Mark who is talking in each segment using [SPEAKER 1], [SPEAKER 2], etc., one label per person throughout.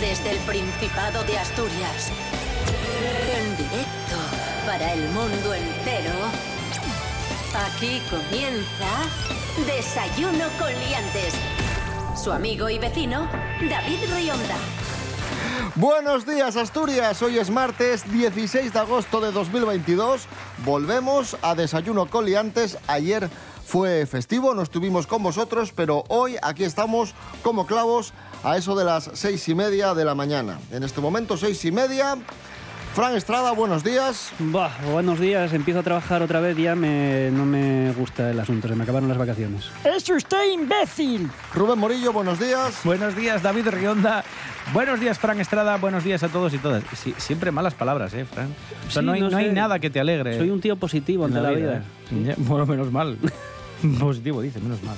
[SPEAKER 1] Desde el Principado de Asturias. En directo para el mundo entero. Aquí comienza Desayuno con Liantes. Su amigo y vecino, David Rionda.
[SPEAKER 2] Buenos días Asturias, hoy es martes 16 de agosto de 2022. Volvemos a Desayuno Coliantes. Ayer fue festivo, no estuvimos con vosotros, pero hoy aquí estamos como clavos a eso de las seis y media de la mañana. En este momento seis y media. Fran Estrada, buenos días.
[SPEAKER 3] Buah, buenos días, empiezo a trabajar otra vez, ya me, no me gusta el asunto, se me acabaron las vacaciones.
[SPEAKER 4] ¡Es usted imbécil!
[SPEAKER 2] Rubén Morillo, buenos días.
[SPEAKER 5] Buenos días, David Rionda. Buenos días, Fran Estrada. Buenos días a todos y todas. Sí, siempre malas palabras, ¿eh, Fran? O sea,
[SPEAKER 3] Sí,
[SPEAKER 5] no, hay,
[SPEAKER 3] no
[SPEAKER 5] no hay
[SPEAKER 3] sé.
[SPEAKER 5] nada que te alegre.
[SPEAKER 3] Soy un tío positivo
[SPEAKER 5] en ¿eh?
[SPEAKER 3] ante la vida.
[SPEAKER 5] Ya, bueno, menos mal. Positivo, dice, menos mal.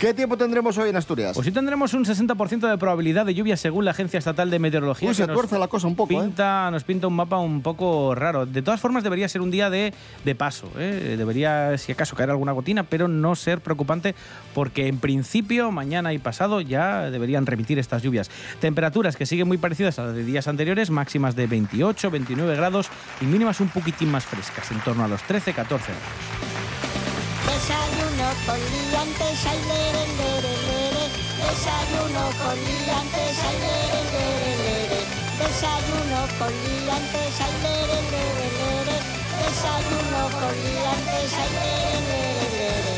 [SPEAKER 2] ¿Qué tiempo tendremos hoy en Asturias?
[SPEAKER 5] Pues sí tendremos un 60% de probabilidad de lluvia según la Agencia Estatal de Meteorología.
[SPEAKER 2] Uy, se
[SPEAKER 5] que nos
[SPEAKER 2] tuerce la cosa un poco, ¿eh?
[SPEAKER 5] pinta, Nos pinta un mapa un poco raro. De todas formas, debería ser un día de, de paso. ¿eh? Debería, si acaso, caer alguna gotina, pero no ser preocupante porque, en principio, mañana y pasado ya deberían remitir estas lluvias. Temperaturas que siguen muy parecidas a las de días anteriores, máximas de 28, 29 grados y mínimas un poquitín más frescas, en torno a los 13, 14 grados.
[SPEAKER 6] Desayuno con liantes, ay, lere, lere, lere. Desayuno con liantes, ay, lere, lere, lere. Desayuno con liantes, ay, lere, lere, lere. Desayuno con liantes, ay, lere, lere, lere.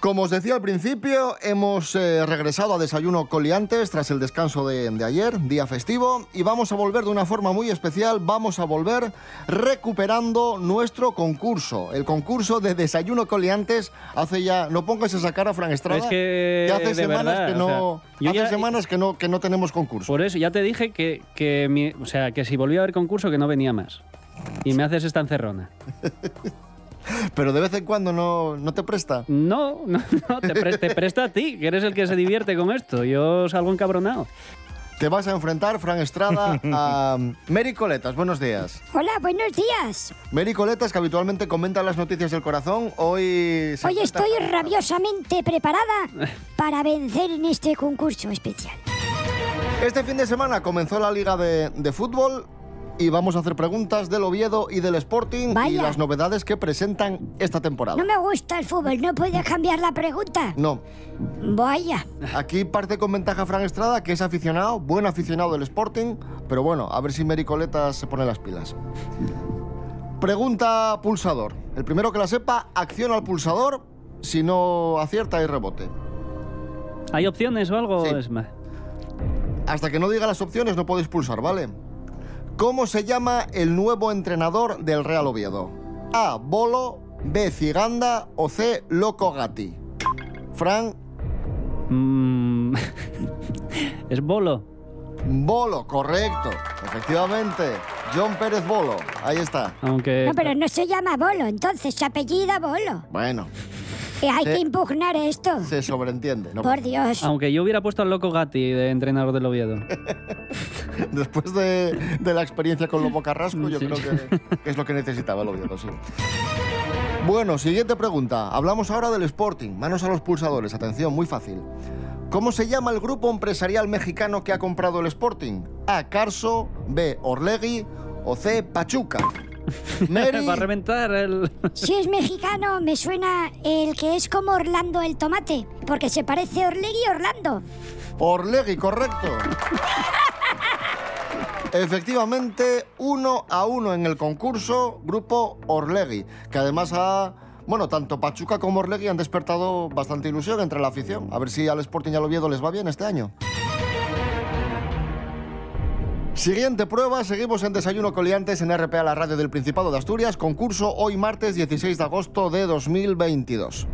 [SPEAKER 2] Como os decía al principio, hemos eh, regresado a Desayuno Coliantes tras el descanso de, de ayer, día festivo, y vamos a volver de una forma muy especial. Vamos a volver recuperando nuestro concurso, el concurso de Desayuno Coliantes. Hace ya, no pongas esa cara, Fran Estrada.
[SPEAKER 3] Es que,
[SPEAKER 2] hace
[SPEAKER 3] de
[SPEAKER 2] semanas
[SPEAKER 3] verdad,
[SPEAKER 2] que
[SPEAKER 3] o
[SPEAKER 2] no,
[SPEAKER 3] sea, yo
[SPEAKER 2] hace
[SPEAKER 3] ya-
[SPEAKER 2] semanas que no, que no tenemos concurso.
[SPEAKER 3] Por eso ya te dije que, que, mi- o sea, que si volvía a haber concurso que no venía más. Y me haces esta encerrona.
[SPEAKER 2] Pero de vez en cuando no, no te presta.
[SPEAKER 3] No, no, no, te, pre- te presta a ti, que eres el que se divierte con esto. Yo salgo encabronado.
[SPEAKER 2] Te vas a enfrentar, Fran Estrada, a Mary Coletas. Buenos días.
[SPEAKER 7] Hola, buenos días.
[SPEAKER 2] Mary Coletas, que habitualmente comenta las noticias del corazón, hoy... se
[SPEAKER 7] Hoy
[SPEAKER 2] enfrenta-
[SPEAKER 7] estoy rabiosamente preparada para vencer en este concurso especial.
[SPEAKER 2] Este fin de semana comenzó la Liga de, de Fútbol y vamos a hacer preguntas del Oviedo y del Sporting y
[SPEAKER 7] Vaya.
[SPEAKER 2] las novedades que presentan esta temporada.
[SPEAKER 7] No me gusta el fútbol, no puedes cambiar la pregunta.
[SPEAKER 2] No,
[SPEAKER 7] Vaya,
[SPEAKER 2] aquí parte con ventaja Fran Estrada, que es aficionado, buen aficionado del Sporting, pero bueno, a ver si Mary Coletas se pone las pilas. Pregunta pulsador. El primero que la sepa, acciona al pulsador, si no acierta hay rebote.
[SPEAKER 3] ¿Hay opciones o algo?
[SPEAKER 2] Sí.
[SPEAKER 3] Es más.
[SPEAKER 2] Hasta que no diga las opciones no podéis pulsar, ¿vale? ¿Cómo se llama el nuevo entrenador del Real Oviedo? A. Bolo, B. Ciganda o C. Loco Gatti. Fran,
[SPEAKER 3] Mm, es bolo.
[SPEAKER 2] Bolo, correcto. Efectivamente. John Pérez Bolo. Ahí está.
[SPEAKER 3] Aunque.
[SPEAKER 7] no, pero no se llama Bolo, entonces se apellida Bolo.
[SPEAKER 2] Bueno,
[SPEAKER 7] Eh, hay
[SPEAKER 2] Sí.
[SPEAKER 7] que impugnar esto.
[SPEAKER 2] se sobreentiende. ¿no? Ah,
[SPEAKER 7] Por Dios.
[SPEAKER 3] Aunque yo hubiera puesto al loco Gatti de entrenador del Oviedo.
[SPEAKER 2] Después de, de la experiencia con Lobo Carrasco, yo
[SPEAKER 3] Sí.
[SPEAKER 2] creo que, que es lo que necesitaba el Oviedo, sí. Bueno, siguiente pregunta. Hablamos ahora del Sporting. Manos a los pulsadores. Atención, muy fácil. ¿Cómo se llama el grupo empresarial mexicano que ha comprado el Sporting? A. Carso, B. Orlegui o C. Pachuca. Mary,
[SPEAKER 3] Va a reventar el.
[SPEAKER 7] Si es mexicano, me suena el que es como Orlando el tomate, porque se parece Orlegui a Orlando.
[SPEAKER 2] Orlegui, correcto. Efectivamente, uno a uno en el concurso, grupo Orlegui, que además ha. Bueno, tanto Pachuca como Orlegui han despertado bastante ilusión entre la afición. A ver si al Sporting y al Oviedo les va bien este año. Siguiente prueba, seguimos en Desayuno Coliantes en RPA, la radio del Principado de Asturias, concurso hoy martes 16 de agosto de 2022.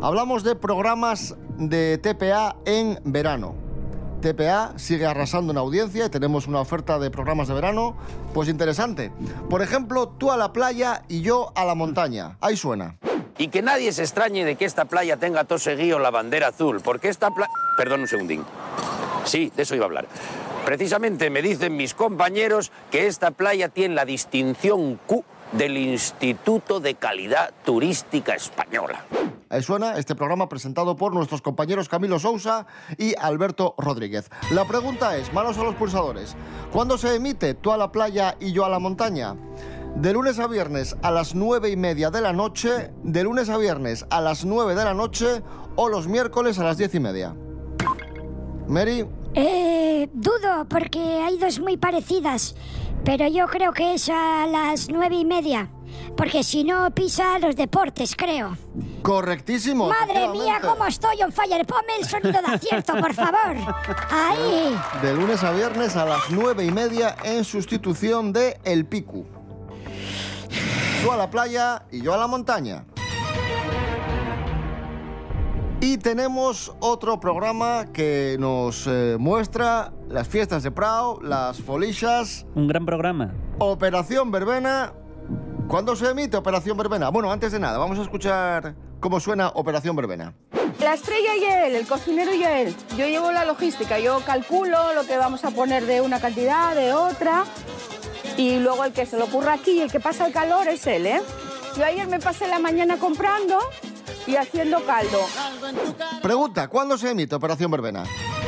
[SPEAKER 2] Hablamos de programas de TPA en verano. TPA sigue arrasando en audiencia y tenemos una oferta de programas de verano, pues interesante. Por ejemplo, tú a la playa y yo a la montaña. Ahí suena.
[SPEAKER 8] Y que nadie se extrañe de que esta playa tenga todo seguido la bandera azul, porque esta playa... Perdón un segundín. Sí, de eso iba a hablar. Precisamente me dicen mis compañeros que esta playa tiene la distinción Q del Instituto de Calidad Turística Española.
[SPEAKER 2] eh, suena este programa presentado por nuestros compañeros Camilo Sousa y Alberto Rodríguez. La pregunta es, manos a los pulsadores, ¿cuándo se emite tú a la playa y yo a la montaña? De lunes a viernes a las nueve y media de la noche, de lunes a viernes a las 9 de la noche o los miércoles a las diez y media. Mary,
[SPEAKER 7] Eh, dudo, porque hay dos muy parecidas. Pero yo creo que es a las nueve y media. Porque si no, pisa los deportes, creo.
[SPEAKER 2] correctísimo.
[SPEAKER 7] Madre mía,
[SPEAKER 2] efectivamente.
[SPEAKER 7] cómo estoy on fire. Ponme el sonido de acierto, por favor. Ahí.
[SPEAKER 2] De lunes a viernes a las nueve y media en sustitución de El Picu. Tú a la playa y yo a la montaña. Y tenemos otro programa que nos eh, muestra las fiestas de Prado, las folillas,
[SPEAKER 3] Un gran programa.
[SPEAKER 2] Operación Verbena. ¿Cuándo se emite Operación Verbena? Bueno, antes de nada, vamos a escuchar cómo suena Operación Verbena.
[SPEAKER 9] La estrella ya él, el cocinero ya él. Yo llevo la logística, yo calculo lo que vamos a poner de una cantidad, de otra. Y luego el que se lo ocurra aquí y el que pasa el calor es él, ¿eh? Yo ayer me pasé la mañana comprando y haciendo caldo.
[SPEAKER 2] Pregunta, ¿cuándo se emite Operación Verbena?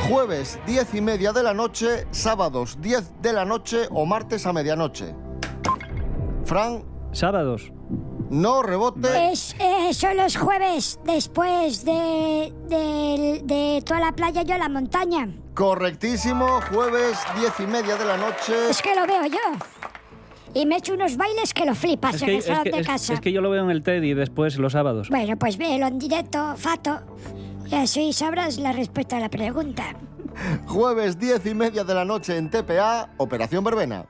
[SPEAKER 2] Jueves, 10 y media de la noche, sábados, 10 de la noche o martes a medianoche. Fran,
[SPEAKER 3] Sábados.
[SPEAKER 2] no rebote.
[SPEAKER 7] Es, eh, son los jueves después de, de, de toda la playa yo a la montaña.
[SPEAKER 2] Correctísimo, jueves, 10 y media de la noche.
[SPEAKER 7] Es que lo veo yo. Y me echo unos bailes que lo flipas
[SPEAKER 3] Es
[SPEAKER 7] en
[SPEAKER 3] que,
[SPEAKER 7] el
[SPEAKER 3] es
[SPEAKER 7] salón
[SPEAKER 3] que-
[SPEAKER 7] de
[SPEAKER 3] es-
[SPEAKER 7] casa.
[SPEAKER 3] es que yo lo veo en el TED y después los sábados.
[SPEAKER 7] Bueno, pues velo en directo, Fato. Y así sabrás la respuesta a la pregunta.
[SPEAKER 2] Jueves, 10 y media de la noche en TPA, Operación Verbena.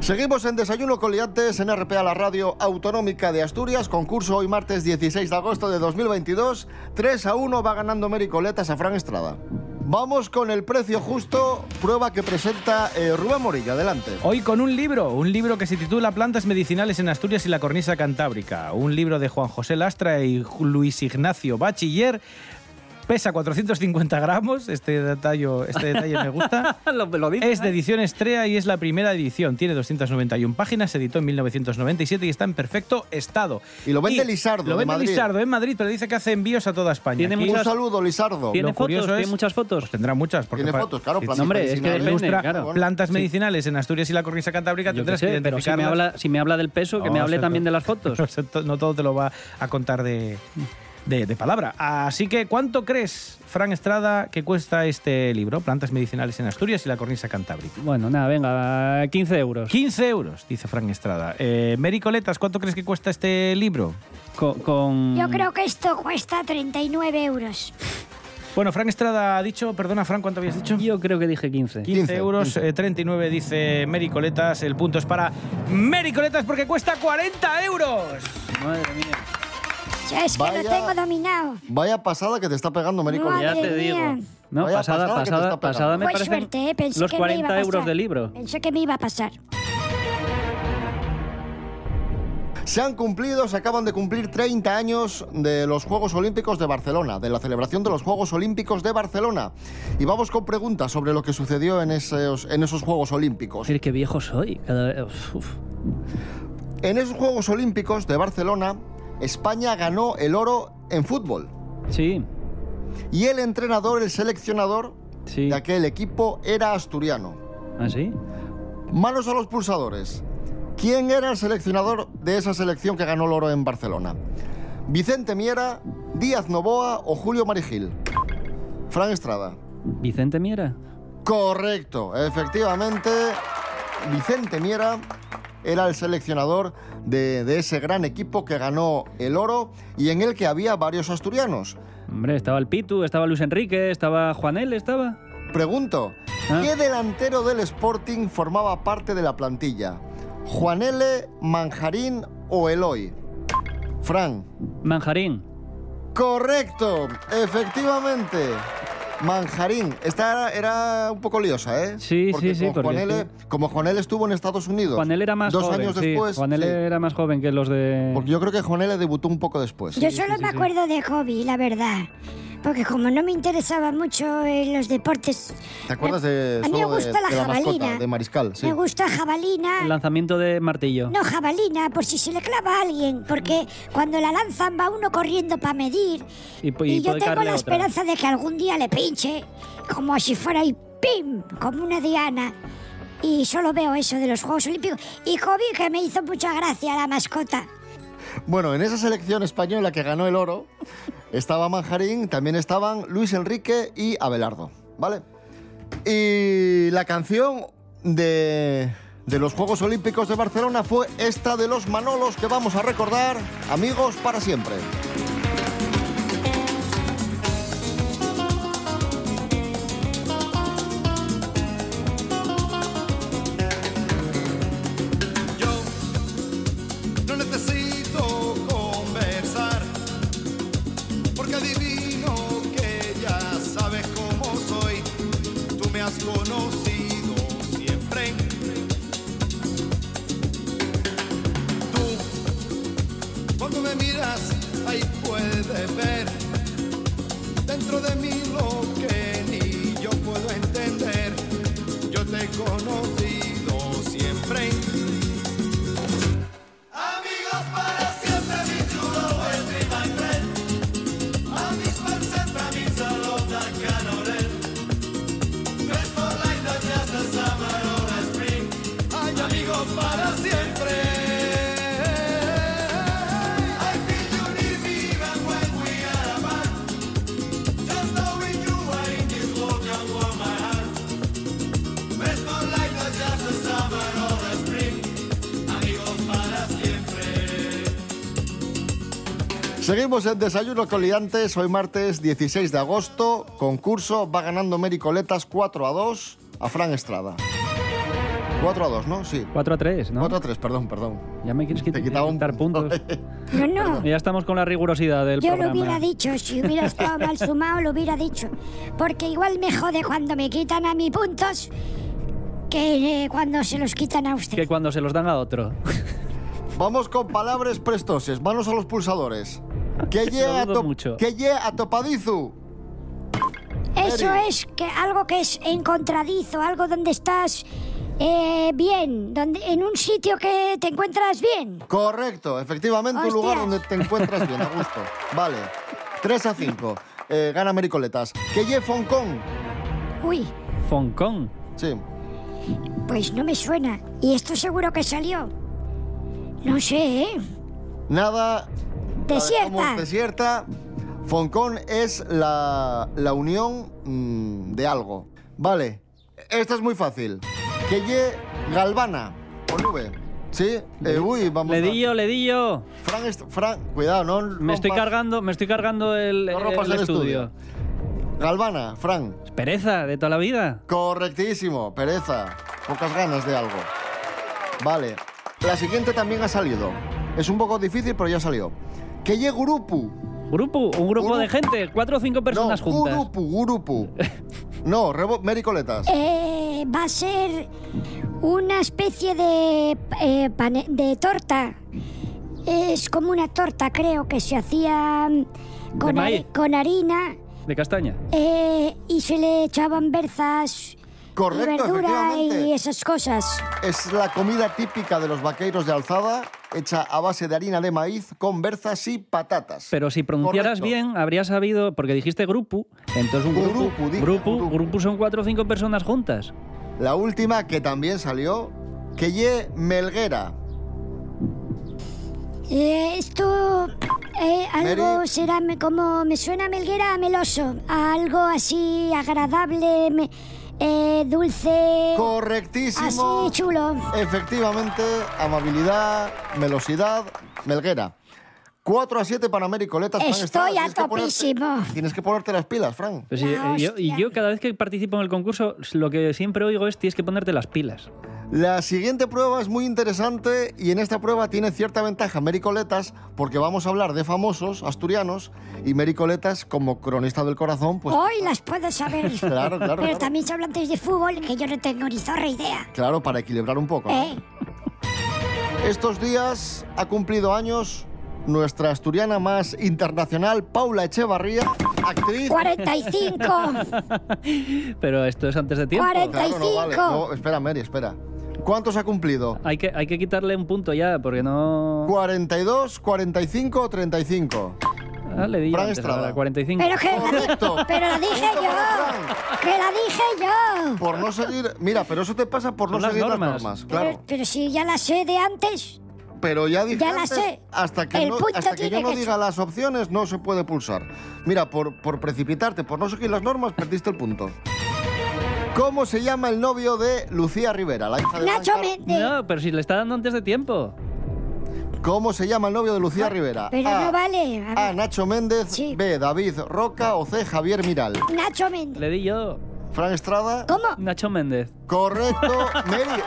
[SPEAKER 2] Seguimos en Desayuno con Liantes en RPA, la radio autonómica de Asturias. Concurso hoy martes 16 de agosto de 2022. 3 a 1 va ganando Mary Coletas a Fran Estrada. Vamos con el precio justo, prueba que presenta eh, Rubén Morilla. Adelante.
[SPEAKER 5] Hoy con un libro, un libro que se titula Plantas medicinales en Asturias y la cornisa cantábrica, un libro de Juan José Lastra y Ju- Luis Ignacio Bachiller. Pesa 450 gramos, este detalle, este detalle me gusta.
[SPEAKER 3] lo, lo dice.
[SPEAKER 5] Es de edición Estrella y es la primera edición. Tiene 291 páginas, se editó en 1997 y está en perfecto estado.
[SPEAKER 2] Y lo vende
[SPEAKER 5] Y
[SPEAKER 2] Lisardo,
[SPEAKER 5] Lo
[SPEAKER 2] de
[SPEAKER 5] vende
[SPEAKER 2] Madrid.
[SPEAKER 5] Lisardo en Madrid, pero dice que hace envíos a toda España.
[SPEAKER 3] Tiene
[SPEAKER 5] Aquí
[SPEAKER 2] Un
[SPEAKER 3] muchas-
[SPEAKER 2] saludo, Lisardo.
[SPEAKER 3] ¿Tiene
[SPEAKER 5] lo
[SPEAKER 3] fotos?
[SPEAKER 5] curioso
[SPEAKER 3] ¿Tiene
[SPEAKER 5] es-
[SPEAKER 3] muchas fotos?
[SPEAKER 5] pues tendrá muchas. Porque
[SPEAKER 2] Tiene
[SPEAKER 5] pa-
[SPEAKER 2] fotos, claro.
[SPEAKER 5] Sí,
[SPEAKER 2] plantas
[SPEAKER 3] hombre, es que
[SPEAKER 2] medicinales.
[SPEAKER 3] depende,
[SPEAKER 5] Ilustra
[SPEAKER 3] claro.
[SPEAKER 2] Bueno,
[SPEAKER 5] plantas medicinales en Asturias y la cornisa cantábrica
[SPEAKER 3] Yo qué
[SPEAKER 5] tendrás
[SPEAKER 3] sé,
[SPEAKER 5] que
[SPEAKER 3] pero si me,
[SPEAKER 5] identificarlas.
[SPEAKER 3] habla, si me habla del peso, que
[SPEAKER 5] No,
[SPEAKER 3] me hable
[SPEAKER 5] exacto.
[SPEAKER 3] también de las fotos.
[SPEAKER 5] O sea, to- No todo te lo va a contar de, de- de palabra. Así que, ¿cuánto crees, Fran Estrada, que cuesta este libro, Plantas Medicinales en Asturias y la Cornisa Cantábrica?
[SPEAKER 3] Bueno, nada, venga, 15 euros.
[SPEAKER 5] 15 euros, dice Fran Estrada. Eh, Mary Coletas, ¿cuánto crees que cuesta este libro?
[SPEAKER 3] Co- Con,
[SPEAKER 7] Yo creo que esto cuesta 39 euros.
[SPEAKER 5] Bueno, Fran Estrada ha dicho, perdona, Fran, ¿cuánto habías dicho?
[SPEAKER 3] Yo creo que dije 15.
[SPEAKER 5] 15, euros, eh, 39 dice Mary Coletas. El punto es para Mary Coletas porque cuesta 40 euros.
[SPEAKER 3] Madre mía.
[SPEAKER 7] Yo es que
[SPEAKER 2] Vaya.
[SPEAKER 7] lo tengo dominado.
[SPEAKER 2] Vaya pasada que te está pegando, Mary Coletas.
[SPEAKER 3] Ya
[SPEAKER 7] Madre
[SPEAKER 3] te
[SPEAKER 7] mía.
[SPEAKER 3] digo. No,
[SPEAKER 2] Vaya
[SPEAKER 3] pasada,
[SPEAKER 2] pasada que te está
[SPEAKER 3] pasada,
[SPEAKER 2] pegando.
[SPEAKER 3] pasada me
[SPEAKER 7] Fue
[SPEAKER 3] parece.
[SPEAKER 7] suerte, ¿eh? Pensé
[SPEAKER 3] los
[SPEAKER 7] que me
[SPEAKER 3] 40
[SPEAKER 7] iba a
[SPEAKER 3] euros
[SPEAKER 7] pasar.
[SPEAKER 3] de libro.
[SPEAKER 7] Pensé que me iba a pasar.
[SPEAKER 2] Se han cumplido, se acaban de cumplir 30 años de los Juegos Olímpicos de Barcelona, de la celebración de los Juegos Olímpicos de Barcelona. Y vamos con preguntas sobre lo que sucedió en esos, en esos Juegos Olímpicos.
[SPEAKER 3] Joder, qué viejo soy. Cada vez- uf.
[SPEAKER 2] En esos Juegos Olímpicos de Barcelona, España ganó el oro en fútbol.
[SPEAKER 3] Sí,
[SPEAKER 2] Y el entrenador, el seleccionador
[SPEAKER 3] sí.
[SPEAKER 2] de aquel equipo era asturiano.
[SPEAKER 3] ¿Ah, sí?
[SPEAKER 2] Manos a los pulsadores. ¿Quién era el seleccionador de esa selección que ganó el oro en Barcelona? ¿Vicente Miera, Díaz Novoa o Julio Marigil? Fran Estrada.
[SPEAKER 3] ¿Vicente Miera?
[SPEAKER 2] Correcto, efectivamente. Vicente Miera era el seleccionador de, de ese gran equipo que ganó el oro y en el que había varios asturianos.
[SPEAKER 3] Hombre, estaba el Pitu, estaba Luis Enrique, estaba Juanel, estaba.
[SPEAKER 2] Pregunto,
[SPEAKER 3] Ah.
[SPEAKER 2] ¿qué delantero del Sporting formaba parte de la plantilla? ¿Juanele, Manjarín o Eloy? Fran.
[SPEAKER 3] Manjarín.
[SPEAKER 2] Correcto, efectivamente. Manjarín. Esta era, era un poco liosa, ¿eh?
[SPEAKER 3] Sí, sí, sí,
[SPEAKER 2] Como,
[SPEAKER 3] porque
[SPEAKER 2] Juanele, como Juanele estuvo en Estados Unidos.
[SPEAKER 3] Juanel era más
[SPEAKER 2] Dos
[SPEAKER 3] joven.
[SPEAKER 2] años
[SPEAKER 3] sí,
[SPEAKER 2] después.
[SPEAKER 3] Juanel
[SPEAKER 2] sí.
[SPEAKER 3] era más joven que los de.
[SPEAKER 2] Porque yo creo que Juanele debutó un poco después.
[SPEAKER 7] Yo solo
[SPEAKER 3] sí,
[SPEAKER 7] me
[SPEAKER 3] sí.
[SPEAKER 7] acuerdo de Kobe, la verdad. porque como no me interesaba mucho eh, los deportes...
[SPEAKER 2] ¿Te acuerdas
[SPEAKER 7] me-
[SPEAKER 2] de,
[SPEAKER 7] a mí
[SPEAKER 2] solo
[SPEAKER 7] me
[SPEAKER 2] de-
[SPEAKER 7] gusta la
[SPEAKER 2] de la mascota,
[SPEAKER 7] jabalina.
[SPEAKER 2] de Mariscal? Sí.
[SPEAKER 7] Me gusta
[SPEAKER 3] El
[SPEAKER 7] jabalina.
[SPEAKER 3] lanzamiento de martillo.
[SPEAKER 7] No, jabalina, por si se le clava a alguien, porque cuando la lanzan va uno corriendo para medir.
[SPEAKER 3] Y, po- y
[SPEAKER 7] Y yo
[SPEAKER 3] puede
[SPEAKER 7] tengo
[SPEAKER 3] caerle
[SPEAKER 7] la
[SPEAKER 3] otra.
[SPEAKER 7] esperanza de que algún día le pinche, como si fuera y ¡pim! como una diana. Y solo veo eso de los Juegos Olímpicos. Y Kobe, que me hizo mucha gracia la mascota.
[SPEAKER 2] Bueno, en esa selección española que ganó el oro estaba Manjarín, también estaban Luis Enrique y Abelardo, ¿vale? Y la canción de, de los Juegos Olímpicos de Barcelona fue esta de los Manolos que vamos a recordar, amigos, para siempre.
[SPEAKER 10] Yo no necesito conversar, porque adivino que ya sabes cómo soy. Tú me has conocido siempre. Tú, cuando me miras, ahí puedes ver dentro de mí lo que ni yo puedo entender. Yo te he conocido siempre. Amigos para siempre, mi chulo es mi Manfred. A mis fans sempre, a mis alumnos, Canorel. Dress for life, not just the summer or the spring. Ay, amigos para siempre. I feel you need me even when we are apart. Just knowing you are in this world can warm my heart. Dress for life, not just the summer or the spring. Amigos para siempre.
[SPEAKER 2] Seguimos en Desayuno Coliantes, hoy martes 16 de agosto, concurso, va ganando Meri Coletas 4 a 2 a Fran Estrada. 4 a 2, ¿no? Sí.
[SPEAKER 3] 4 a 3, ¿no?
[SPEAKER 2] 4 a 3 perdón, perdón.
[SPEAKER 3] Ya me quieres eh,
[SPEAKER 2] Te quitaba un
[SPEAKER 3] quitar puntos.
[SPEAKER 7] No, no.
[SPEAKER 3] Ya estamos con la rigurosidad del
[SPEAKER 7] Ah. Yo lo
[SPEAKER 3] programa.
[SPEAKER 7] hubiera dicho, si hubiera estado mal sumado, lo hubiera dicho. Porque igual me jode cuando me quitan a mí puntos que eh, cuando se los quitan a usted.
[SPEAKER 3] Que cuando se los dan a otro.
[SPEAKER 2] Vamos con palabras prestoses, manos a los pulsadores. Que ye
[SPEAKER 3] Lo
[SPEAKER 2] a,
[SPEAKER 3] dudo
[SPEAKER 2] to-
[SPEAKER 3] mucho.
[SPEAKER 2] que ye a topadizu.
[SPEAKER 7] Eso
[SPEAKER 2] Eri.
[SPEAKER 7] es que algo que es encontradizo, algo donde estás eh, bien, donde en un sitio que te encuentras bien.
[SPEAKER 2] Correcto, efectivamente un
[SPEAKER 7] Hostia.
[SPEAKER 2] lugar donde te encuentras bien, a gusto. Vale, 3 a 5. Eh, gana Meri Coletas. Que ye Foncón.
[SPEAKER 7] Uy,
[SPEAKER 3] Foncón.
[SPEAKER 2] Sí.
[SPEAKER 7] pues no me suena. Y esto seguro que salió. No sé, ¿eh?
[SPEAKER 2] Nada. la
[SPEAKER 7] Desierta.
[SPEAKER 2] dejamos Desierta. Foncón es la, la unión mm, de algo. Vale, esta es muy fácil. Que ye Galvana. Con V. Sí, eh, uy, vamos. a-
[SPEAKER 3] Ledillo, ledillo.
[SPEAKER 2] Fran, est- Fran, cuidado, no.
[SPEAKER 3] Me estoy
[SPEAKER 2] rompas-
[SPEAKER 3] cargando, me estoy cargando el,
[SPEAKER 2] No rompas
[SPEAKER 3] el
[SPEAKER 2] el
[SPEAKER 3] estudio.
[SPEAKER 2] Galvana, Fran.
[SPEAKER 3] Pereza de toda la vida.
[SPEAKER 2] Correctísimo, pereza. Pocas ganas de algo. Vale. La siguiente también ha salido. Es un poco difícil, pero ya salió. Que ye Gurupu.
[SPEAKER 3] Grupo, un grupo
[SPEAKER 2] Guru-
[SPEAKER 3] de gente, cuatro o cinco personas
[SPEAKER 2] no,
[SPEAKER 3] juntas.
[SPEAKER 2] Gurupu, Gurupu. No, rebo... Mary Coletas.
[SPEAKER 7] Eh, va a ser una especie de, eh, pane- de torta. Es como una torta, creo, que se hacía mm, con, har-
[SPEAKER 3] maíz.
[SPEAKER 7] con harina
[SPEAKER 3] De castaña.
[SPEAKER 7] eh, y se le echaban berzas y
[SPEAKER 2] Correcto,
[SPEAKER 7] verdura y
[SPEAKER 2] efectivamente.
[SPEAKER 7] esas cosas.
[SPEAKER 2] Es la comida típica de los vaqueiros de alzada, hecha a base de harina de maíz con berzas y patatas.
[SPEAKER 3] Pero si pronunciaras
[SPEAKER 2] Correcto.
[SPEAKER 3] bien, habrías sabido, porque dijiste grupo, entonces un grupo,
[SPEAKER 2] Grupo, dije,
[SPEAKER 3] grupo,
[SPEAKER 2] grupo.
[SPEAKER 3] grupo son cuatro o cinco personas juntas.
[SPEAKER 2] La última que también salió, que ye Melguera.
[SPEAKER 7] Eh, esto eh, algo
[SPEAKER 2] Mary.
[SPEAKER 7] será me- como me suena a Melguera a meloso, a algo así agradable, me- eh, dulce,
[SPEAKER 2] Correctísimo.
[SPEAKER 7] así chulo.
[SPEAKER 2] Efectivamente, amabilidad, melosidad, Melguera. 4 a 7 para Mary Coletas. Fran Estrada.
[SPEAKER 7] Estoy a
[SPEAKER 2] Tienes que ponerte-
[SPEAKER 7] topísimo.
[SPEAKER 2] Tienes que ponerte las pilas, Fran.
[SPEAKER 3] Pues sí,
[SPEAKER 7] La
[SPEAKER 3] eh, yo- y
[SPEAKER 7] hostia.
[SPEAKER 3] yo cada vez que participo en el concurso, lo que siempre oigo es tienes que ponerte las pilas.
[SPEAKER 2] La siguiente prueba es muy interesante y en esta prueba tiene cierta ventaja Mary Coletas porque vamos a hablar de famosos asturianos y Mary Coletas, como cronista del corazón, pues
[SPEAKER 7] Hoy las puedo saber.
[SPEAKER 2] Claro, claro,
[SPEAKER 7] Oh. Pero
[SPEAKER 2] claro.
[SPEAKER 7] también se habla antes de fútbol, que yo no tengo ni zorra idea.
[SPEAKER 2] claro, para equilibrar un poco. ¿no?
[SPEAKER 7] ¿Eh?
[SPEAKER 2] Estos días ha cumplido años nuestra asturiana más internacional, Paula Echevarría, actriz.
[SPEAKER 7] 45.
[SPEAKER 3] Pero esto es antes de tiempo.
[SPEAKER 7] Cuarenta.
[SPEAKER 2] Claro, no vale.
[SPEAKER 7] 35.
[SPEAKER 2] No, espera, Mary, espera. ¿Cuántos ha cumplido?
[SPEAKER 3] Hay que, hay que quitarle un punto ya, porque no...
[SPEAKER 2] 42, 45 o 35.
[SPEAKER 3] Ah, le di yo
[SPEAKER 2] Fran
[SPEAKER 3] antes,
[SPEAKER 2] Estrada.
[SPEAKER 3] ahora, 45.
[SPEAKER 7] Pero que
[SPEAKER 2] Correcto.
[SPEAKER 7] pero la dije
[SPEAKER 2] Punto para Fran.
[SPEAKER 7] yo. Que la dije yo.
[SPEAKER 2] Por no seguir. Mira, pero eso te pasa por no
[SPEAKER 3] Son las
[SPEAKER 2] seguir las
[SPEAKER 3] normas.
[SPEAKER 2] normas,
[SPEAKER 7] Pero,
[SPEAKER 2] claro.
[SPEAKER 7] pero si ya la sé de antes.
[SPEAKER 2] Pero ya dije
[SPEAKER 7] Ya la
[SPEAKER 2] antes,
[SPEAKER 7] sé.
[SPEAKER 2] hasta que,
[SPEAKER 7] El
[SPEAKER 2] no,
[SPEAKER 7] punto
[SPEAKER 2] hasta que yo
[SPEAKER 7] tiene
[SPEAKER 2] no
[SPEAKER 7] que-
[SPEAKER 2] diga las opciones no se puede pulsar. Mira, por, por precipitarte, por no seguir las normas, perdiste el punto. ¿Cómo se llama el novio de Lucía Rivera, la hija de
[SPEAKER 7] Nacho
[SPEAKER 2] Blanca?
[SPEAKER 7] Méndez.
[SPEAKER 3] No, pero si le está dando antes de tiempo.
[SPEAKER 2] ¿Cómo se llama el novio de Lucía Rivera?
[SPEAKER 7] Ah, Pero
[SPEAKER 2] A,
[SPEAKER 7] no vale. A
[SPEAKER 2] A,
[SPEAKER 7] ver,
[SPEAKER 2] Nacho Méndez,
[SPEAKER 7] Sí.
[SPEAKER 2] B, David Roca o C, Javier Miral.
[SPEAKER 7] Nacho Méndez.
[SPEAKER 3] Le di yo.
[SPEAKER 2] Fran Estrada,
[SPEAKER 7] ¿Cómo?
[SPEAKER 3] Nacho Méndez.
[SPEAKER 2] correcto. Mary,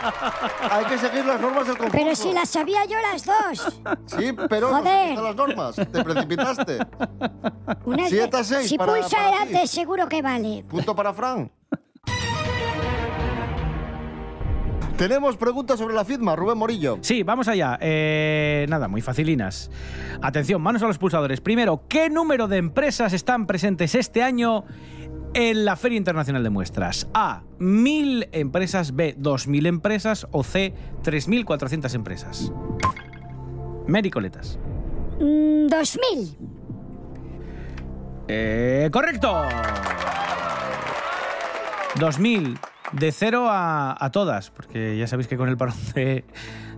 [SPEAKER 2] hay que seguir las normas del concurso.
[SPEAKER 7] Pero si las sabía yo las dos.
[SPEAKER 2] Sí, pero no
[SPEAKER 7] Joder.
[SPEAKER 2] seguiste las normas. Te precipitaste.
[SPEAKER 7] Una-
[SPEAKER 2] Siete a seis
[SPEAKER 7] si
[SPEAKER 2] para-
[SPEAKER 7] pulsa
[SPEAKER 2] para
[SPEAKER 7] el
[SPEAKER 2] ti.
[SPEAKER 7] antes, seguro que vale.
[SPEAKER 2] Punto para Fran. Tenemos preguntas sobre la firma, Rubén Morillo.
[SPEAKER 5] Sí, vamos allá. Eh, nada, muy facilinas. Atención, manos a los pulsadores. Primero, ¿qué número de empresas están presentes este año en la Feria Internacional de Muestras? A, 1.000 empresas, B, 2.000 empresas o C, 3.400 empresas. Mericoletas.
[SPEAKER 7] Mm, 2000.
[SPEAKER 5] Eh, correcto. 2000. De cero a, a todas, porque ya sabéis que con el parón de-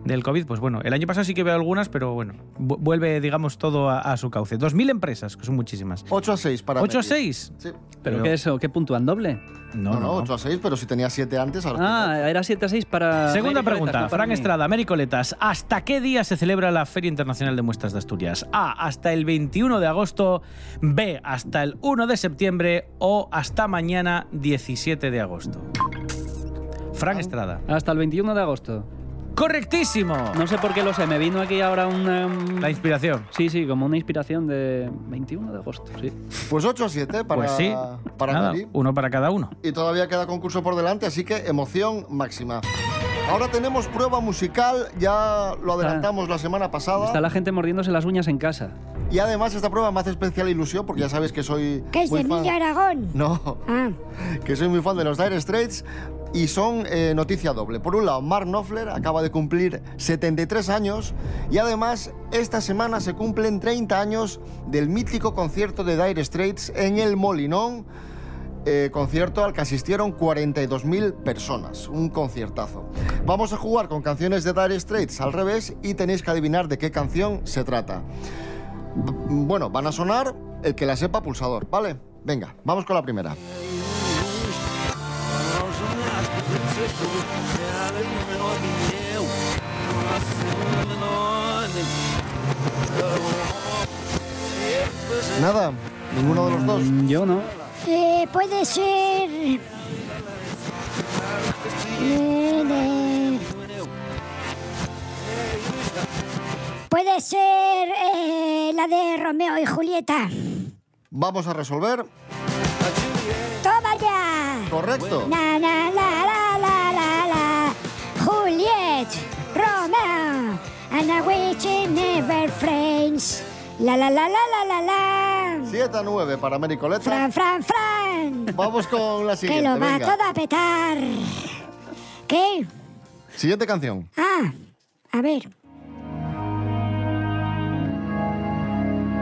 [SPEAKER 5] del COVID, pues bueno, el año pasado sí que veo algunas, pero bueno, vu- vuelve, digamos, todo a, a su cauce. 2.000 empresas, que son muchísimas.
[SPEAKER 2] 8 a 6 para
[SPEAKER 5] ¿8 a
[SPEAKER 2] Mary.
[SPEAKER 5] 6?
[SPEAKER 2] Sí.
[SPEAKER 3] ¿Pero
[SPEAKER 5] Pero-
[SPEAKER 3] qué es eso? ¿Qué puntúan? ¿Doble?
[SPEAKER 5] No,
[SPEAKER 2] No, no, 8 a 6, pero si tenía 7 antes, ahora
[SPEAKER 3] Ah, era 7 a 6 para...
[SPEAKER 5] Segunda
[SPEAKER 3] Mary Coletas,
[SPEAKER 5] pregunta,
[SPEAKER 3] no para
[SPEAKER 5] Fran
[SPEAKER 3] mí.
[SPEAKER 5] Estrada, Mericoletas. ¿Hasta qué día se celebra la Feria Internacional de Muestras de Asturias? A, hasta el 21 de agosto, B, hasta el 1 de septiembre o hasta mañana 17 de agosto. Fran Estrada.
[SPEAKER 3] Hasta el 21 de agosto.
[SPEAKER 5] Correctísimo.
[SPEAKER 3] No sé por qué lo sé, me vino aquí ahora una... um,
[SPEAKER 5] La inspiración.
[SPEAKER 3] Sí, sí, como una inspiración de 21 de agosto, sí.
[SPEAKER 2] Pues 8 a 7 para,
[SPEAKER 5] pues sí.
[SPEAKER 2] para
[SPEAKER 5] Nada,
[SPEAKER 2] Mary.
[SPEAKER 5] uno para cada uno.
[SPEAKER 2] Y todavía queda concurso por delante, así que emoción máxima. Ahora tenemos prueba musical, ya lo adelantamos la semana
[SPEAKER 3] Está
[SPEAKER 2] pasada.
[SPEAKER 3] la gente mordiéndose las uñas en casa.
[SPEAKER 2] Y además esta prueba me hace especial ilusión porque ya sabéis que soy
[SPEAKER 7] Que es
[SPEAKER 2] muy
[SPEAKER 7] de
[SPEAKER 2] fan.
[SPEAKER 7] Emilio Aragón.
[SPEAKER 2] No,
[SPEAKER 7] Ah,
[SPEAKER 2] que soy muy fan de los Dire Straits y son eh, noticia doble. Por un lado, Mark Knopfler acaba de cumplir 73 años y además esta semana se cumplen 30 años del mítico concierto de Dire Straits en el Molinón, eh, concierto al que asistieron 42.000 personas, un conciertazo. Vamos a jugar con canciones de Dire Straits al revés y tenéis que adivinar de qué canción se trata. B- Bueno, van a sonar el que la sepa pulsador, ¿vale? Venga, vamos con la primera. Nada, ninguno de los dos.
[SPEAKER 3] Mm, Yo no.
[SPEAKER 7] eh, puede ser. Eh, eh, Puede ser eh, la de Romeo y Julieta.
[SPEAKER 2] Vamos a resolver.
[SPEAKER 7] ¡Toma ya!
[SPEAKER 2] Correcto.
[SPEAKER 7] La la la la la la la Juliet, Romeo, and a witch in never friends. La la la la la la la.
[SPEAKER 2] 7 a 9 para Mary Coleta.
[SPEAKER 7] Fran, Fran, Fran.
[SPEAKER 2] Vamos con la
[SPEAKER 7] Que
[SPEAKER 2] siguiente.
[SPEAKER 7] lo va
[SPEAKER 2] venga.
[SPEAKER 7] todo a petar. ¿Qué?
[SPEAKER 2] Siguiente canción.
[SPEAKER 7] Ah, a ver.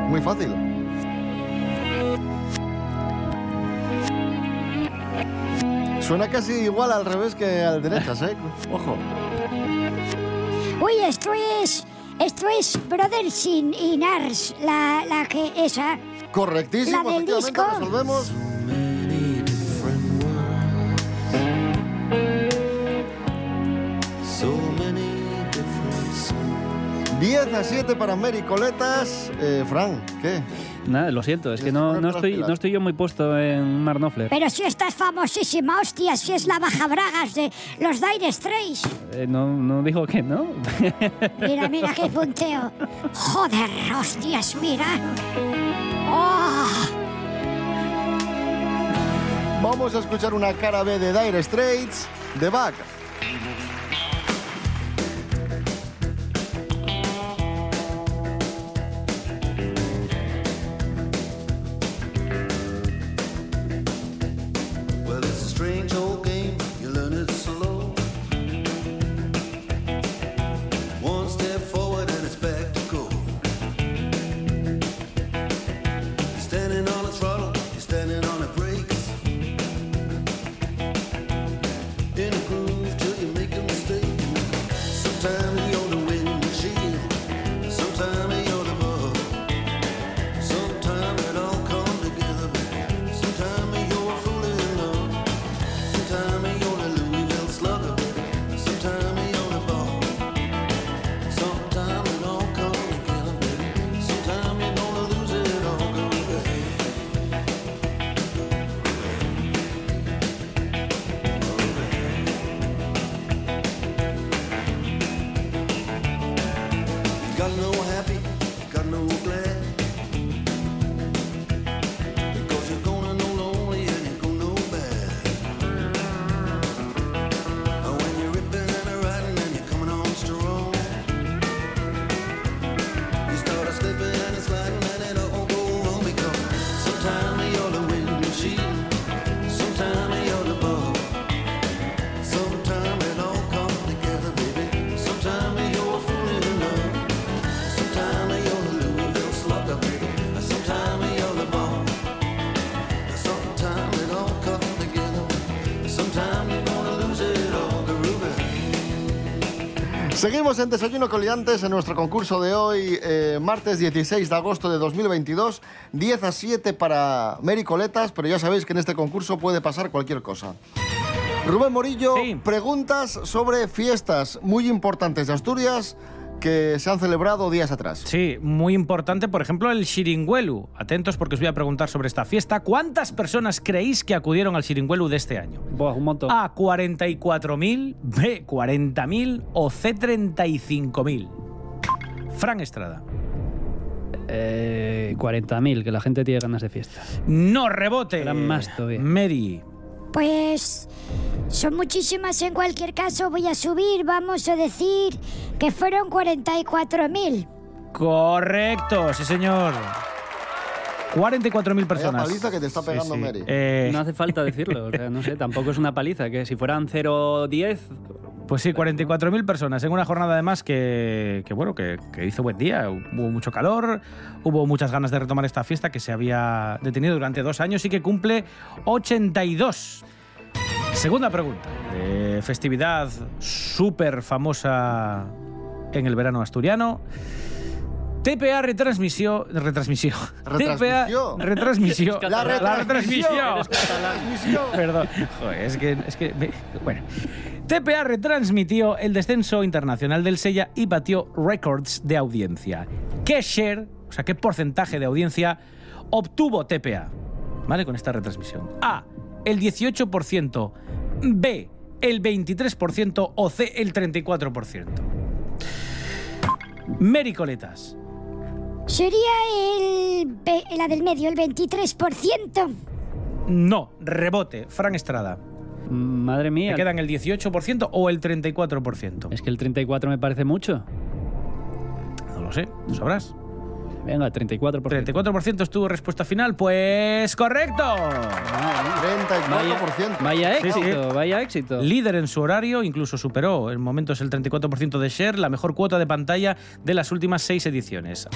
[SPEAKER 2] Muy fácil. Suena casi igual al revés que al derechas, ¿eh? Ojo.
[SPEAKER 7] Uy, esto es. Esto es Brothers in, in Arms, la, la que esa.
[SPEAKER 2] Correctísimo.
[SPEAKER 7] La del
[SPEAKER 2] efectivamente,
[SPEAKER 7] disco.
[SPEAKER 2] Resolvemos. Diez a 7 para Mary Coletas. Eh, Fran, ¿qué?
[SPEAKER 3] Nada, lo siento, es que
[SPEAKER 2] Tienes que
[SPEAKER 3] no, no
[SPEAKER 2] ponerte las
[SPEAKER 3] estoy,
[SPEAKER 2] pilas.
[SPEAKER 3] no estoy yo muy puesto en Mark Knopfler.
[SPEAKER 7] Pero si esta es famosísima, hostia, si es la baja bragas de los Dire Straits.
[SPEAKER 3] Eh, no, no digo que no.
[SPEAKER 7] Mira, mira qué punteo. Joder, hostias, mira. Oh,
[SPEAKER 2] Vamos a escuchar una cara B de Dire Straits, The Back. Seguimos en Desayuno Coliantes en nuestro concurso de hoy, eh, martes 16 de agosto de 2022, 10 a 7 para Mary Coletas, pero ya sabéis que en este concurso puede pasar cualquier cosa. Rubén Morillo,
[SPEAKER 5] Sí.
[SPEAKER 2] preguntas sobre fiestas muy importantes de Asturias que se han celebrado días atrás.
[SPEAKER 5] Sí, muy importante, por ejemplo, el Shiringuelu. Atentos porque os voy a preguntar sobre esta fiesta. ¿Cuántas personas creéis que acudieron al Shiringuelu de este año?
[SPEAKER 3] Buah, un montón.
[SPEAKER 5] A 44.000, B 40.000 o C 35.000. Fran Estrada.
[SPEAKER 3] Eh, 40.000, que la gente tiene ganas de fiesta.
[SPEAKER 5] No rebote.
[SPEAKER 3] Eran más todavía.
[SPEAKER 5] Mary.
[SPEAKER 7] Pues son muchísimas en cualquier caso. Voy a subir, vamos a decir que fueron 44.000.
[SPEAKER 5] Correcto, sí señor. 44.000 personas.
[SPEAKER 2] paliza que te está pegando Mary.
[SPEAKER 5] Eh,
[SPEAKER 3] No hace falta decirlo, o sea, no sé, tampoco es una paliza, que si fueran 0-10,
[SPEAKER 5] Pues sí, 44.000 personas en una jornada además que, que bueno, que, que hizo buen día. Hubo mucho calor, hubo muchas ganas de retomar esta fiesta que se había detenido durante dos años y que cumple 82. Segunda pregunta. de festividad súper famosa en el verano asturiano. TPA retransmisión... Retransmisión. TPA
[SPEAKER 2] Retransmisión.
[SPEAKER 5] retransmisión.
[SPEAKER 2] La retransmisión.
[SPEAKER 5] Perdón. Joder, es que. es que me- bueno. TPA retransmitió el descenso internacional del Sella y batió récords de audiencia. ¿Qué share, o sea, qué porcentaje de audiencia obtuvo TPA? ¿Vale? Con esta retransmisión. A. El 18%. B. El 23%. O C. El 34%. Mericoletas.
[SPEAKER 7] Sería el, ve- la del medio, el 23%.
[SPEAKER 5] No. Rebote. Fran Estrada.
[SPEAKER 3] madre mía.
[SPEAKER 5] ¿Te quedan el 18% o el 34%?
[SPEAKER 3] Es que el 34 me parece mucho.
[SPEAKER 5] No lo sé, tú sabrás.
[SPEAKER 3] Venga, 34%.
[SPEAKER 5] 34% es tu respuesta final, pues correcto.
[SPEAKER 2] 34%.
[SPEAKER 3] Vaya
[SPEAKER 5] Sí,
[SPEAKER 3] éxito,
[SPEAKER 5] sí.
[SPEAKER 3] vaya éxito.
[SPEAKER 5] Líder en su horario, incluso superó en momentos el 34% de share, la mejor cuota de pantalla de las últimas seis ediciones.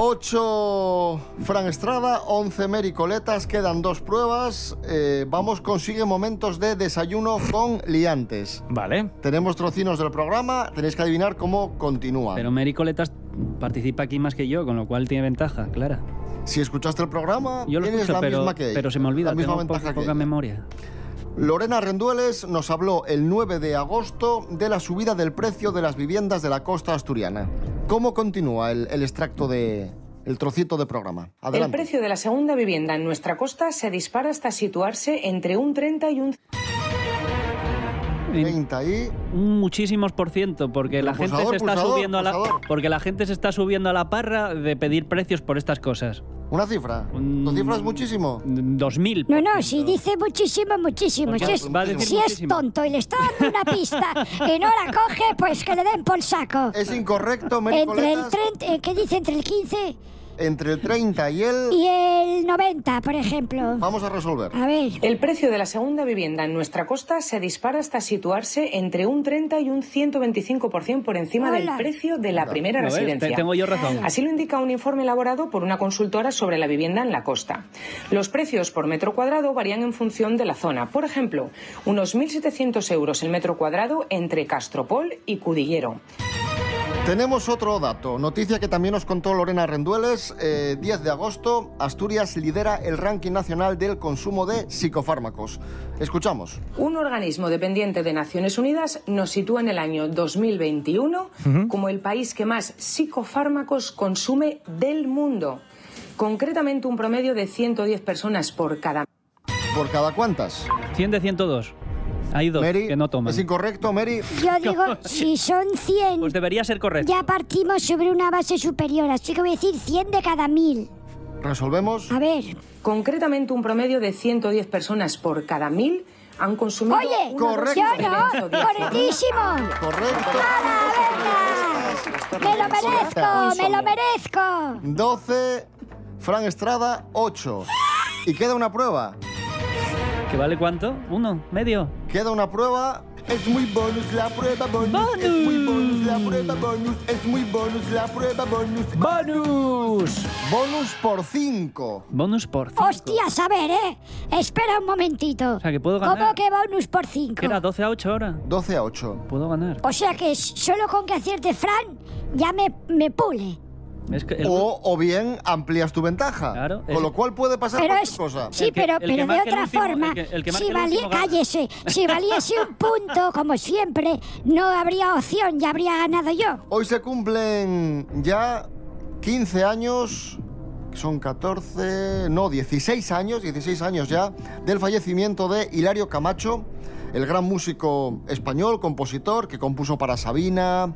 [SPEAKER 2] Ocho Fran Estrada, 11 Mary Coletas, quedan dos pruebas. Eh, vamos, consigue momentos de desayuno con liantes.
[SPEAKER 5] Vale.
[SPEAKER 2] Tenemos trocinos del programa, tenéis que adivinar cómo continúa.
[SPEAKER 3] Pero Mary Coletas participa aquí más que yo, con lo cual tiene ventaja, clara.
[SPEAKER 2] Si escuchaste el programa,
[SPEAKER 3] Yo lo
[SPEAKER 2] tienes
[SPEAKER 3] escucho,
[SPEAKER 2] la
[SPEAKER 3] pero,
[SPEAKER 2] misma que ella,
[SPEAKER 3] pero se me olvida,
[SPEAKER 2] La misma
[SPEAKER 3] tengo po-
[SPEAKER 2] ventaja que
[SPEAKER 3] poca
[SPEAKER 2] ella.
[SPEAKER 3] memoria.
[SPEAKER 2] Lorena Rendueles nos habló el 9 de agosto de la subida del precio de las viviendas de la costa asturiana. ¿Cómo continúa el, el extracto de... el trocito de programa?
[SPEAKER 11] El
[SPEAKER 2] Adelante.
[SPEAKER 11] precio de la segunda vivienda en nuestra costa se dispara hasta situarse entre un 30 y un...
[SPEAKER 3] En
[SPEAKER 2] 30 y...
[SPEAKER 3] un muchísimos por ciento, porque la gente
[SPEAKER 2] pulsador,
[SPEAKER 3] se está
[SPEAKER 2] pulsador,
[SPEAKER 3] subiendo a la
[SPEAKER 2] pulsador.
[SPEAKER 3] porque la gente se está subiendo a la parra de pedir precios por estas cosas.
[SPEAKER 2] ¿Una cifra?
[SPEAKER 3] Un-
[SPEAKER 2] ¿Tu cifra es muchísimo?
[SPEAKER 3] 2000.
[SPEAKER 7] No, no, si dice muchísimo, muchísimo.
[SPEAKER 3] Porque
[SPEAKER 7] Si es,
[SPEAKER 3] va a decir
[SPEAKER 7] si es
[SPEAKER 3] muchísimo.
[SPEAKER 7] tonto y le está dando una pista y no la coge, pues que le den por saco.
[SPEAKER 2] Es incorrecto, Mary
[SPEAKER 7] Entre el
[SPEAKER 2] Coletas.
[SPEAKER 7] 30, eh, ¿qué dice? Entre el 15
[SPEAKER 2] Entre el 30 y el...
[SPEAKER 7] y el Ah. 90, por ejemplo.
[SPEAKER 2] Vamos a resolver.
[SPEAKER 7] A ver,
[SPEAKER 11] El precio de la segunda vivienda en nuestra costa se dispara hasta situarse entre un 30 y un 125% por encima del
[SPEAKER 7] Hola.
[SPEAKER 11] precio de la primera
[SPEAKER 3] ¿Lo ves? ¿eh? Te-
[SPEAKER 11] residencia.
[SPEAKER 3] Tengo yo razón.
[SPEAKER 11] Así lo indica un informe elaborado por una consultora sobre la vivienda en la costa. Los precios por metro cuadrado varían en función de la zona. Por ejemplo, unos 1.700 euros el metro cuadrado entre Castropol y Cudillero.
[SPEAKER 2] Tenemos otro dato, noticia que también nos contó Lorena Rendueles, eh, 10 de agosto, Asturias lidera el ranking nacional del consumo de psicofármacos. Escuchamos.
[SPEAKER 11] Un organismo dependiente de Naciones Unidas nos sitúa en el año 2021 como el país que más psicofármacos consume del mundo. Concretamente un promedio de 110 personas por cada.
[SPEAKER 2] ¿Por cada cuántas?
[SPEAKER 3] 100 de 102. Hay dos
[SPEAKER 2] Mary,
[SPEAKER 3] que no toman.
[SPEAKER 2] es incorrecto, Mary.
[SPEAKER 7] yo digo, si son 100,
[SPEAKER 3] Pues debería ser correcto.
[SPEAKER 7] ya partimos sobre una base superior, así que voy a decir 100 de cada 1000.
[SPEAKER 2] Resolvemos.
[SPEAKER 7] A ver,
[SPEAKER 11] Concretamente un promedio de 110 personas por cada mil han consumido.
[SPEAKER 7] oye,
[SPEAKER 11] una dosis
[SPEAKER 2] correcto.
[SPEAKER 11] de
[SPEAKER 7] yo no,
[SPEAKER 11] benzodiazepina.
[SPEAKER 7] correctísimo.
[SPEAKER 2] Correcto.
[SPEAKER 7] Me lo merezco, me lo merezco.
[SPEAKER 2] 12, Fran Estrada, 8. Y queda una prueba.
[SPEAKER 3] ¿Que vale cuánto? ¿Uno? ¿Medio?
[SPEAKER 2] Queda una prueba Es muy bonus la prueba bonus. Es muy bonus la prueba bonus. Es muy bonus la prueba bonus.
[SPEAKER 5] ¡Bonus!
[SPEAKER 2] Bonus por 5.
[SPEAKER 3] Bonus por 5.
[SPEAKER 7] Hostias, a ver, ¿eh? Espera un momentito.
[SPEAKER 3] O sea, que puedo ganar.
[SPEAKER 7] ¿Cómo que bonus por 5?
[SPEAKER 3] Era 12 a 8 ahora.
[SPEAKER 2] 12 a 8.
[SPEAKER 3] Puedo ganar.
[SPEAKER 7] O sea que s- solo con que acierte Fran ya me, me pule.
[SPEAKER 3] Es que el-
[SPEAKER 2] O, o bien amplías tu ventaja.
[SPEAKER 3] Claro,
[SPEAKER 2] Con
[SPEAKER 3] es-
[SPEAKER 2] lo cual puede pasar
[SPEAKER 7] Pero
[SPEAKER 2] cualquier
[SPEAKER 7] es-
[SPEAKER 2] cosa.
[SPEAKER 7] sí,
[SPEAKER 3] El que-
[SPEAKER 7] pero,
[SPEAKER 3] el que
[SPEAKER 7] pero de
[SPEAKER 3] marque el
[SPEAKER 7] otra
[SPEAKER 3] último-
[SPEAKER 7] forma,
[SPEAKER 3] el que- el que marque
[SPEAKER 7] si
[SPEAKER 3] el
[SPEAKER 7] valía,
[SPEAKER 3] último gana.
[SPEAKER 7] cállese, si valiese un punto, como siempre, no habría opción, ya habría ganado yo.
[SPEAKER 2] Hoy se cumplen ya 15 años, son 14, no, 16 años, 16 años ya, del fallecimiento de Hilario Camacho, el gran músico español, compositor, que compuso para Sabina,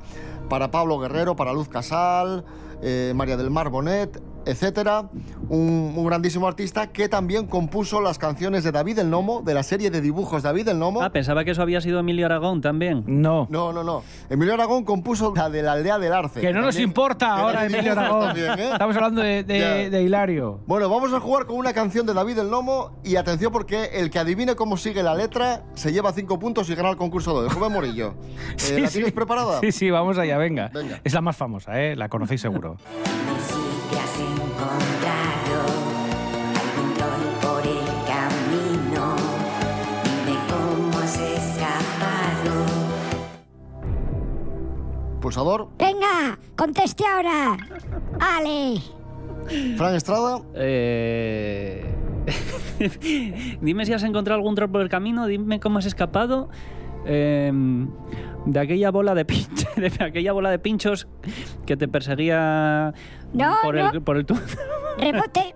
[SPEAKER 2] para Pablo Guerrero, para Luz Casal, eh, María del Mar Bonet, etc. Un, un grandísimo artista que también compuso las canciones de David el Nomo, de la serie de dibujos David el Nomo.
[SPEAKER 3] Ah, pensaba que eso había sido Emilio Aragón también.
[SPEAKER 5] No.
[SPEAKER 2] No, no, no. Emilio Aragón compuso la de la aldea del Arce.
[SPEAKER 5] Que no nos
[SPEAKER 2] También-
[SPEAKER 5] importa
[SPEAKER 2] que no
[SPEAKER 5] ahora,
[SPEAKER 2] nos
[SPEAKER 5] Emilio
[SPEAKER 2] importa
[SPEAKER 5] Aragón.
[SPEAKER 2] también, ¿eh?
[SPEAKER 5] Estamos hablando de, de-
[SPEAKER 2] Ya.
[SPEAKER 5] de Hilario.
[SPEAKER 2] Bueno, vamos a jugar con una canción de David el Nomo y atención porque el que adivine cómo sigue la letra se lleva cinco puntos y gana el concurso de hoy. Joven Morillo. Eh,
[SPEAKER 5] Sí,
[SPEAKER 2] ¿La
[SPEAKER 5] sí.
[SPEAKER 2] tienes preparada?
[SPEAKER 5] Sí, sí, vamos allá, venga.
[SPEAKER 2] Venga.
[SPEAKER 5] Es la más famosa, ¿eh? La conocéis seguro.
[SPEAKER 1] Si te has encontrado algún troll por el camino, dime cómo has escapado.
[SPEAKER 2] Pulsador,
[SPEAKER 7] Venga, conteste ahora. Ale,
[SPEAKER 2] Fran Estrada,
[SPEAKER 3] Eh... dime si has encontrado algún troll por el camino, dime cómo has escapado eh, de aquella bola de pinche, de aquella bola de pinchos que te perseguía
[SPEAKER 7] No,
[SPEAKER 3] por, El,
[SPEAKER 7] no.
[SPEAKER 3] por el túnel.
[SPEAKER 7] rebote.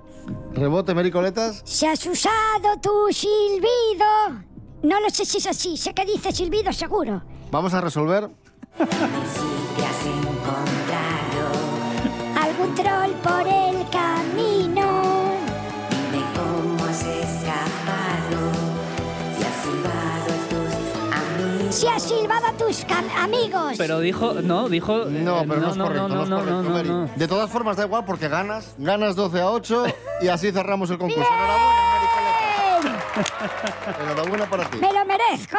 [SPEAKER 2] rebote, Mericoletas.
[SPEAKER 7] Se has usado tu silbido. No lo sé si es así, sé que dice silbido seguro.
[SPEAKER 2] Vamos a resolver.
[SPEAKER 1] Si te has encontrado,
[SPEAKER 7] Algún troll por el camino.
[SPEAKER 1] dime cómo has escapado. Si has silbado a tus amigos.
[SPEAKER 7] Si has silbado a tus cam- amigos.
[SPEAKER 3] Pero dijo, no, dijo. eh,
[SPEAKER 2] No, pero no, es correcto, no,
[SPEAKER 3] no,
[SPEAKER 2] es
[SPEAKER 3] no,
[SPEAKER 2] correcto,
[SPEAKER 3] no,
[SPEAKER 2] Mary.
[SPEAKER 3] no.
[SPEAKER 2] De todas formas, da igual porque ganas. Ganas 12 a 8 y así cerramos el concurso. pues, Enhorabuena, Mericoletas. Enhorabuena para ti.
[SPEAKER 7] Me lo merezco.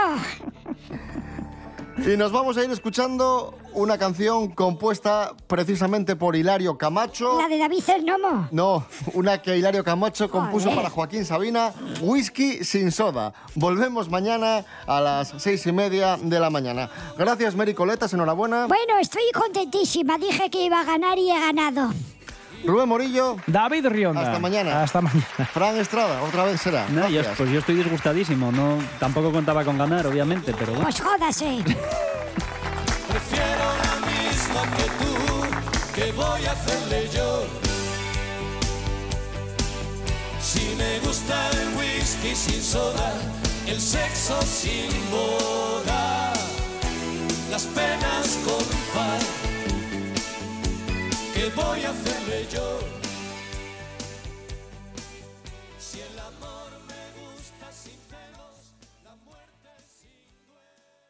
[SPEAKER 2] Y nos vamos a ir escuchando una canción compuesta precisamente por Hilario Camacho.
[SPEAKER 7] La de David el Nomo.
[SPEAKER 2] No, una que Hilario Camacho compuso
[SPEAKER 7] Joder.
[SPEAKER 2] para Joaquín Sabina, Whisky sin soda. Volvemos mañana a las seis y media de la mañana. Gracias, Mary Coletas, enhorabuena.
[SPEAKER 7] Bueno, estoy contentísima. Dije que iba a ganar y he ganado.
[SPEAKER 2] Rubén Morillo,
[SPEAKER 5] David Rionda.
[SPEAKER 2] Hasta mañana.
[SPEAKER 5] Hasta mañana.
[SPEAKER 2] Fran Estrada, otra vez será.
[SPEAKER 3] No, yo-
[SPEAKER 2] Gracias.
[SPEAKER 3] pues yo estoy disgustadísimo. No, tampoco contaba con ganar, obviamente, pero bueno.
[SPEAKER 7] Pues jódase.
[SPEAKER 10] Prefiero lo mismo que tú, que voy a hacerle yo. Si me gusta el whisky sin soda, el sexo sin boda, las penas con pan, que voy a hacerle yo.